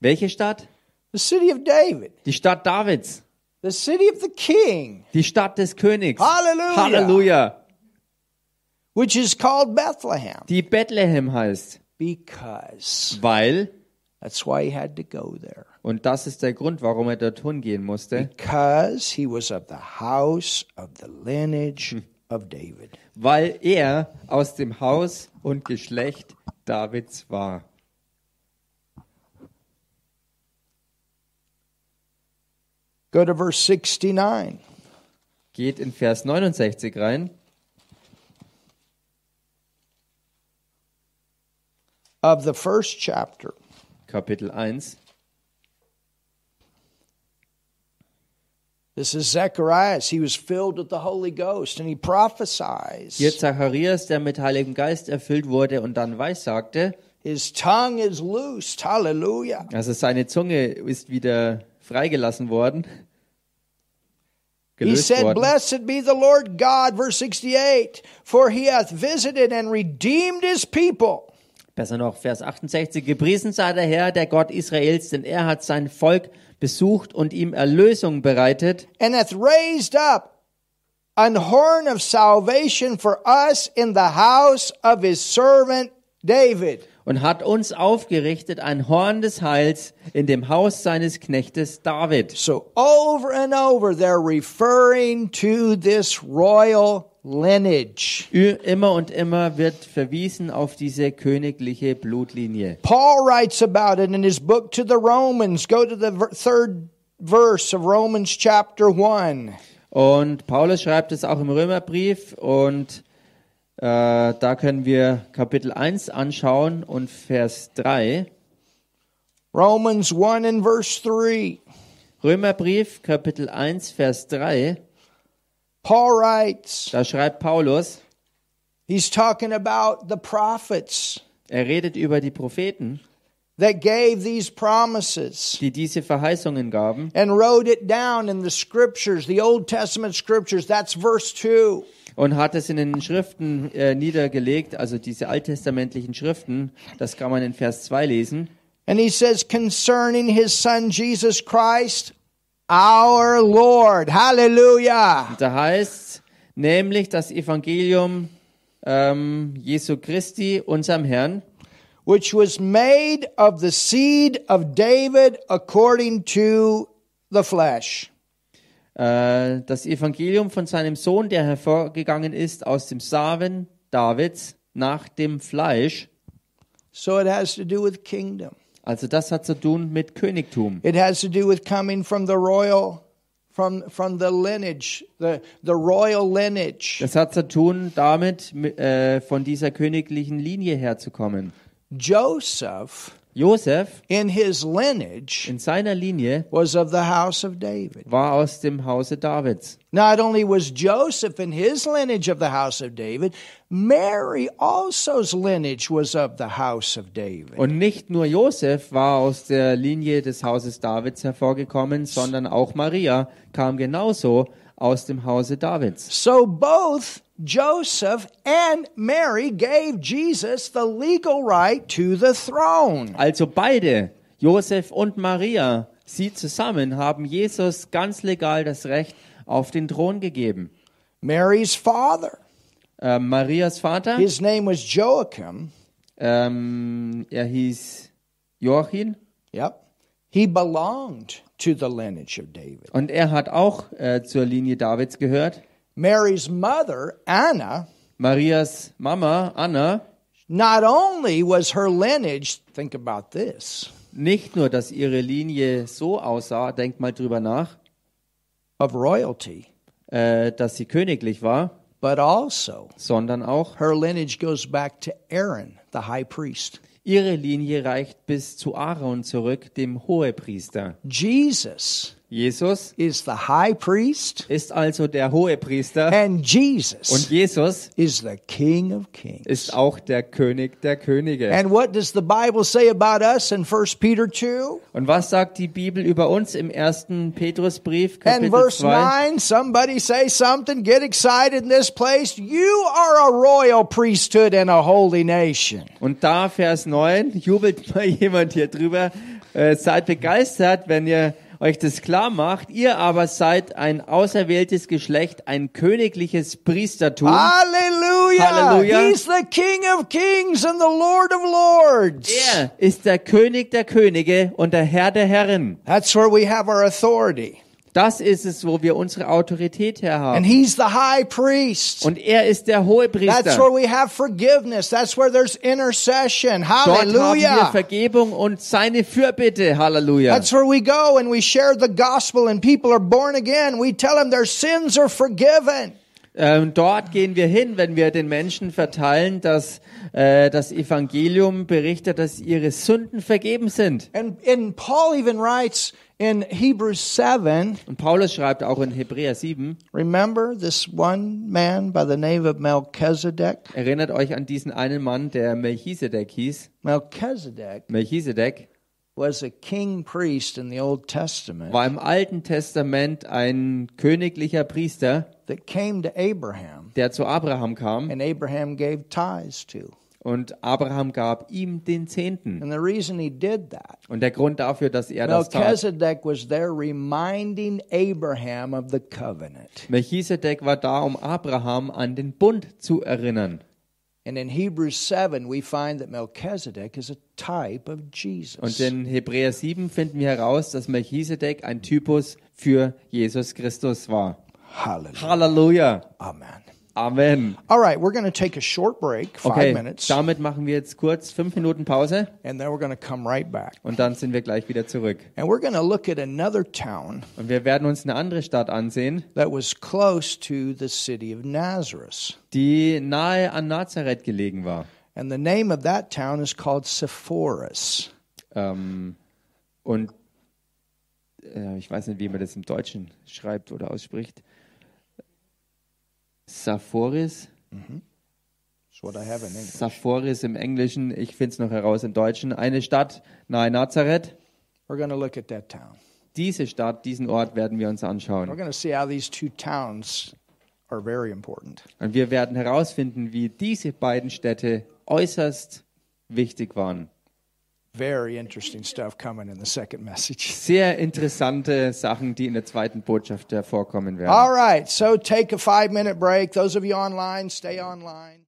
[SPEAKER 1] Welche Stadt?
[SPEAKER 2] The city of David.
[SPEAKER 1] Die Stadt Davids.
[SPEAKER 2] The city of the king,
[SPEAKER 1] Die Stadt des Königs.
[SPEAKER 2] Halleluja.
[SPEAKER 1] Halleluja.
[SPEAKER 2] which is called Bethlehem.
[SPEAKER 1] Die Bethlehem heißt,
[SPEAKER 2] Because
[SPEAKER 1] weil
[SPEAKER 2] that's why he had to go there.
[SPEAKER 1] Und das ist der Grund, warum er dorthin gehen musste,
[SPEAKER 2] because he was of the house of the lineage of David.
[SPEAKER 1] weil er aus dem Haus und Geschlecht Davids war.
[SPEAKER 2] Go to verse 69.
[SPEAKER 1] Geht in Vers 69 rein.
[SPEAKER 2] Of the first chapter,
[SPEAKER 1] Kapitel 1.
[SPEAKER 2] this is Zechariah. He was filled with the Holy Ghost and he prophesies.
[SPEAKER 1] Hier Zacharias, der mit Heiligem Geist erfüllt wurde und dann weissagte,
[SPEAKER 2] His tongue is loosed. Hallelujah.
[SPEAKER 1] also seine Zunge ist wieder freigelassen worden.
[SPEAKER 2] He
[SPEAKER 1] gelöst
[SPEAKER 2] said,
[SPEAKER 1] worden.
[SPEAKER 2] Blessed be the Lord God, verse 68, for he hath visited and redeemed his people.
[SPEAKER 1] Besser noch, Vers 68. Gepriesen sei der Herr, der Gott Israels, denn er hat sein Volk besucht und ihm Erlösung bereitet
[SPEAKER 2] and hath raised up an horn of salvation for us in the house of his servant David.
[SPEAKER 1] und hat uns aufgerichtet ein Horn des Heils in dem Haus seines Knechtes David.
[SPEAKER 2] So over and over, they're referring to this royal lineage.
[SPEAKER 1] Ü- Immer und immer wird verwiesen auf diese königliche Blutlinie.
[SPEAKER 2] Paul writes about it in his book to the Romans. Go to the ver- third verse of Romans chapter 1.
[SPEAKER 1] Und Paulus schreibt es auch im Römerbrief und äh, da können wir Kapitel 1 anschauen und Vers 3.
[SPEAKER 2] Romans 1 and verse 3.
[SPEAKER 1] Römerbrief, Kapitel 1, Vers 3.
[SPEAKER 2] Paul writes,
[SPEAKER 1] Da schreibt Paulus,
[SPEAKER 2] he's talking about the prophets
[SPEAKER 1] er redet über die Propheten,
[SPEAKER 2] that gave these promises.
[SPEAKER 1] die diese Verheißungen gaben
[SPEAKER 2] and wrote it down in the scriptures, the Old Testament scriptures. That's verse 2.
[SPEAKER 1] und hat es in den Schriften äh, niedergelegt, also diese alttestamentlichen Schriften. Das kann man in Vers 2 lesen.
[SPEAKER 2] And he says, concerning his son Jesus Christ, our Lord. Hallelujah.
[SPEAKER 1] Da heißt nämlich das Evangelium ähm, Jesu Christi, unserem Herrn,
[SPEAKER 2] Which was made of the seed of David according to the flesh.
[SPEAKER 1] äh, das Evangelium von seinem Sohn, der hervorgegangen ist aus dem Samen Davids nach dem Fleisch.
[SPEAKER 2] So it has to do with kingdom.
[SPEAKER 1] Also das hat zu tun mit Königtum.
[SPEAKER 2] It has to do with coming from the royal, from, from the lineage, the, the royal lineage.
[SPEAKER 1] Das hat zu tun damit, mi- äh, von dieser königlichen Linie herzukommen.
[SPEAKER 2] Joseph
[SPEAKER 1] Josef
[SPEAKER 2] in his lineage
[SPEAKER 1] in seiner Linie
[SPEAKER 2] was of the house of David.
[SPEAKER 1] war aus dem Hause Davids.
[SPEAKER 2] Not only was Joseph in his lineage of the house of David, Mary also's lineage was of the house of David.
[SPEAKER 1] Und nicht nur Josef war aus der Linie des Hauses Davids hervorgekommen, sondern auch Maria kam genauso aus dem Hause Davids.
[SPEAKER 2] So both Joseph and Mary gave Jesus the legal right to the throne.
[SPEAKER 1] Also beide, Josef und Maria, sie zusammen haben Jesus ganz legal das Recht auf den Thron gegeben.
[SPEAKER 2] Mary's father,
[SPEAKER 1] Äh, Marias Vater,
[SPEAKER 2] his name was Joachim.
[SPEAKER 1] ähm, er hieß Joachim
[SPEAKER 2] Yep. He belonged to the lineage of David.
[SPEAKER 1] und er hat auch äh, zur Linie Davids gehört.
[SPEAKER 2] Mary's mother, Anna,
[SPEAKER 1] Marias Mama, Anna,
[SPEAKER 2] Not only was her lineage, think about this,
[SPEAKER 1] nicht nur, dass ihre Linie so aussah, denkt mal drüber nach,
[SPEAKER 2] of royalty,
[SPEAKER 1] äh, dass sie königlich war,
[SPEAKER 2] but also
[SPEAKER 1] sondern auch
[SPEAKER 2] her lineage goes back to Aaron, the high priest.
[SPEAKER 1] ihre Linie reicht bis zu Aaron zurück, dem Hohepriester.
[SPEAKER 2] Jesus
[SPEAKER 1] Jesus
[SPEAKER 2] is the high priest,
[SPEAKER 1] ist also der Hohepriester
[SPEAKER 2] and
[SPEAKER 1] und
[SPEAKER 2] Jesus
[SPEAKER 1] Jesus
[SPEAKER 2] is the king of kings.
[SPEAKER 1] ist auch der König der Könige.
[SPEAKER 2] And what does the Bible say about us in 1 Peter 2?
[SPEAKER 1] Und was sagt die Bibel über uns im ersten Petrusbrief,
[SPEAKER 2] And
[SPEAKER 1] Kapitel
[SPEAKER 2] verse
[SPEAKER 1] 2?
[SPEAKER 2] 9, somebody say something, get excited in this place. You are a royal priesthood and a holy nation.
[SPEAKER 1] Und da Vers 9, jubelt mal jemand hier drüber, äh, seid begeistert, wenn ihr euch das klar macht. Ihr aber seid ein auserwähltes Geschlecht, ein königliches Priestertum.
[SPEAKER 2] Hallelujah.
[SPEAKER 1] Hallelujah.
[SPEAKER 2] He's the King of Kings and the Lord of Lords.
[SPEAKER 1] Er ist der König der Könige und der Herr der Herren.
[SPEAKER 2] That's where we have our authority.
[SPEAKER 1] Das ist es, wo wir unsere Autorität
[SPEAKER 2] And
[SPEAKER 1] herhaben.
[SPEAKER 2] he's the high priest.
[SPEAKER 1] Und er ist der
[SPEAKER 2] That's where
[SPEAKER 1] Hohepriester.
[SPEAKER 2] we have forgiveness. That's where there's intercession.
[SPEAKER 1] Dort haben wir
[SPEAKER 2] Hallelujah.
[SPEAKER 1] Vergebung und seine Fürbitte. Halleluja.
[SPEAKER 2] That's where we go and we share the gospel and people are born again. We tell them their sins are forgiven.
[SPEAKER 1] Ähm, dort gehen wir hin, wenn wir den Menschen verteilen, dass äh, das Evangelium berichtet, dass ihre Sünden vergeben sind.
[SPEAKER 2] And, and Paul even writes in Hebrews 7,
[SPEAKER 1] Und Paulus schreibt auch in Hebräer 7,
[SPEAKER 2] remember this one man by the name of Melchizedek?
[SPEAKER 1] erinnert euch an diesen einen Mann, der Melchisedek hieß.
[SPEAKER 2] Melchizedek
[SPEAKER 1] Melchisedek
[SPEAKER 2] was a king priest in the Old Testament
[SPEAKER 1] war im Alten Testament ein königlicher Priester,
[SPEAKER 2] that came to Abraham,
[SPEAKER 1] der zu Abraham kam
[SPEAKER 2] and Abraham gave tithes to.
[SPEAKER 1] und Abraham gab ihm den Zehnten.
[SPEAKER 2] And the reason he did that,
[SPEAKER 1] Und der Grund dafür, dass er das tat,
[SPEAKER 2] Melchizedek was there reminding Abraham of the covenant.
[SPEAKER 1] Melchisedek war da, um Abraham an den Bund zu erinnern.
[SPEAKER 2] And in Hebrews 7, we find that Melchizedek is a type of
[SPEAKER 1] Und
[SPEAKER 2] Jesus.
[SPEAKER 1] in Hebräer 7 finden wir heraus, dass Melchisedek ein Typus für Jesus Christus war.
[SPEAKER 2] Hallelujah.
[SPEAKER 1] Halleluja.
[SPEAKER 2] Amen.
[SPEAKER 1] Amen.
[SPEAKER 2] All right, we're going to take a short break, five
[SPEAKER 1] Okay,
[SPEAKER 2] minutes,
[SPEAKER 1] damit machen wir jetzt kurz fünf Minuten Pause
[SPEAKER 2] and then we're going to come right back.
[SPEAKER 1] und dann sind wir gleich wieder zurück.
[SPEAKER 2] And we're going to look at another town
[SPEAKER 1] Und wir werden uns eine andere Stadt ansehen,
[SPEAKER 2] that was close to the city of Nazareth.
[SPEAKER 1] die nahe an Nazareth gelegen war.
[SPEAKER 2] And the name of that town is called Sepphoris.
[SPEAKER 1] Ähm, und äh, ich weiß nicht, wie man das im Deutschen schreibt oder ausspricht. Saphoris?
[SPEAKER 2] That's what I have in English.
[SPEAKER 1] Saphoris im Englischen, ich finde es noch heraus im Deutschen. Eine Stadt nahe Nazareth.
[SPEAKER 2] We're going to look at that town.
[SPEAKER 1] Diese Stadt, diesen Ort werden wir uns
[SPEAKER 2] We're
[SPEAKER 1] anschauen.
[SPEAKER 2] going to see how these two towns are very important.
[SPEAKER 1] Und wir werden herausfinden, wie diese beiden Städte äußerst wichtig waren.
[SPEAKER 2] Very interesting stuff coming in the second message.
[SPEAKER 1] Sehr interessante Sachen, die in der zweiten Botschaft hervorkommen werden.
[SPEAKER 2] All right, so take a five minute break. Those of you online, stay online.